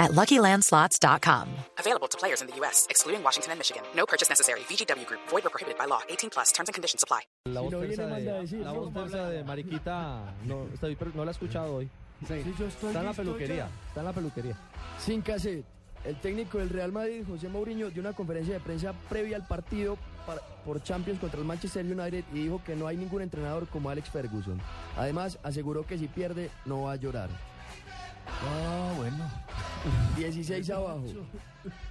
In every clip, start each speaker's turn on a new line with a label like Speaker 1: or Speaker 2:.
Speaker 1: at luckylandslots.com.
Speaker 2: Available to players in the U.S., excluding Washington and Michigan. No purchase necessary. VGW Group, void or prohibited by law. 18 plus terms and conditions apply.
Speaker 3: La voz
Speaker 4: no viene,
Speaker 3: persa
Speaker 4: manda a
Speaker 3: de,
Speaker 4: decir,
Speaker 3: la
Speaker 4: vamos
Speaker 3: voz
Speaker 4: a
Speaker 3: persa
Speaker 4: hablar.
Speaker 3: de Mariquita no, está ahí, pero no la he escuchado hoy.
Speaker 4: Sí, yo
Speaker 3: Está
Speaker 4: estoy
Speaker 3: en la
Speaker 4: listo
Speaker 3: peluquería, está en la peluquería.
Speaker 4: ya. Sin cassette. El técnico del Real Madrid, José Mourinho, dio una conferencia de prensa previa al partido para- por Champions contra el Manchester United y dijo que no hay ningún entrenador como Alex Ferguson. Además, aseguró que si pierde, no va a llorar.
Speaker 5: Ah, bueno.
Speaker 4: 16 abajo.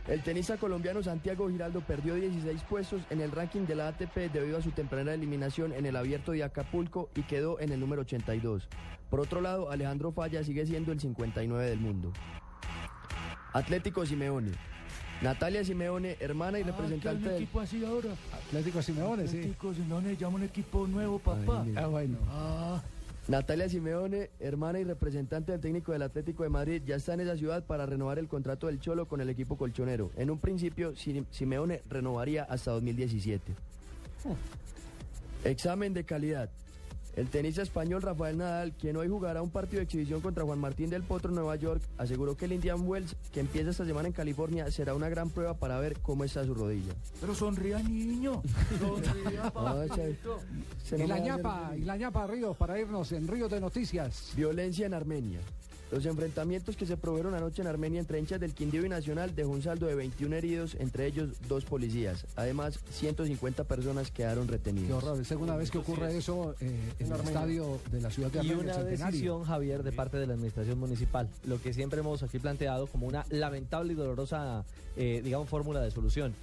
Speaker 4: El tenista colombiano Santiago Giraldo perdió 16 puestos en el ranking de la ATP debido a su temprana eliminación en el abierto de Acapulco y quedó en el número 82. Por otro lado, Alejandro Falla sigue siendo el 59 del mundo. Atlético Simeone. Natalia Simeone, hermana y
Speaker 5: Representante
Speaker 4: representante
Speaker 5: un
Speaker 4: del...
Speaker 5: equipo así ahora.
Speaker 6: Atlético Simeone, sí.
Speaker 5: Atlético Simeone llama un equipo nuevo, papá.
Speaker 6: Ah, bueno.
Speaker 5: Ah,
Speaker 4: Natalia Simeone, hermana y representante del técnico del Atlético de Madrid, ya está en esa ciudad para renovar el contrato del Cholo con el equipo colchonero. En un principio, Sim- Simeone renovaría hasta 2017. Examen de calidad. El tenista español Rafael Nadal, quien hoy jugará un partido de exhibición contra Juan Martín del Potro en Nueva York, aseguró que el Indian Wells, que empieza esta semana en California, será una gran prueba para ver cómo está su rodilla.
Speaker 5: pero sonría, niño. Sonría,
Speaker 4: Ah,
Speaker 5: papá.
Speaker 4: ese- ese no me
Speaker 6: Y
Speaker 4: va
Speaker 6: la
Speaker 4: a hacer
Speaker 6: ñapa, y la ñapa Ríos para irnos en Ríos de Noticias.
Speaker 4: Violencia en Armenia. Los enfrentamientos que se produjeron anoche en Armenia entre hinchas del Quindío y Nacional dejó un saldo de 21 heridos, entre ellos dos policías. Además, 150 personas quedaron
Speaker 6: Qué
Speaker 4: retenidas.
Speaker 6: horror, es segunda vez que ocurre eso eh, en el estadio de la ciudad de
Speaker 3: Y
Speaker 6: Armenia, el
Speaker 3: una
Speaker 6: centenario.
Speaker 3: decisión, Javier, de parte de la administración municipal, lo que siempre hemos aquí planteado como una lamentable y dolorosa, eh, digamos, fórmula de solución.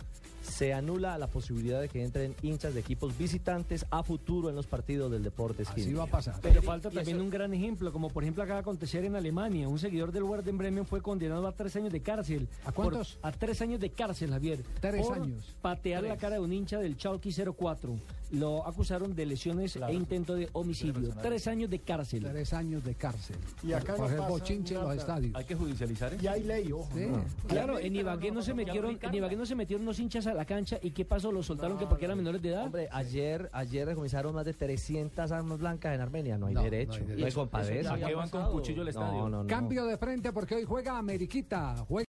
Speaker 3: Se anula la posibilidad de que entren hinchas de equipos visitantes a futuro en los partidos del deporte
Speaker 6: Así
Speaker 3: esquinero.
Speaker 6: va a pasar.
Speaker 7: Pero falta también un gran ejemplo, como por ejemplo acaba de acontecer en Alemania. Un seguidor del Werder Bremen fue condenado a tres años de cárcel.
Speaker 6: ¿A cuántos?
Speaker 7: Por- a tres años de cárcel, Javier.
Speaker 6: Tres
Speaker 7: por
Speaker 6: años.
Speaker 7: Patear la cara de un hincha del Chalky 04. Lo acusaron de lesiones e intento de homicidio. Tres años de cárcel.
Speaker 6: Tres años de cárcel.
Speaker 8: Y acá
Speaker 6: por
Speaker 8: no
Speaker 6: hacer
Speaker 8: pasa
Speaker 6: bochinche en los
Speaker 8: nada.
Speaker 6: estadios.
Speaker 5: Hay que judicializar eso.
Speaker 8: Y hay ley, ojo.
Speaker 6: Sí.
Speaker 8: ¿no?
Speaker 7: Claro, en Ibagué no se metieron, en Ibagué no se metieron los hinchas a la cancha y qué pasó, los soltaron que porque eran menores de edad.
Speaker 3: Hombre, ayer, ayer comenzaron más de 300 armas blancas en Armenia. No hay
Speaker 6: No, no hay
Speaker 3: derecho. No hay,
Speaker 6: derecho.
Speaker 3: compadeza.
Speaker 5: ¿A qué van con cuchillo al
Speaker 3: No,
Speaker 5: estadio?
Speaker 3: no, no.
Speaker 6: Cambio de frente porque hoy juega Ameriquita. Juega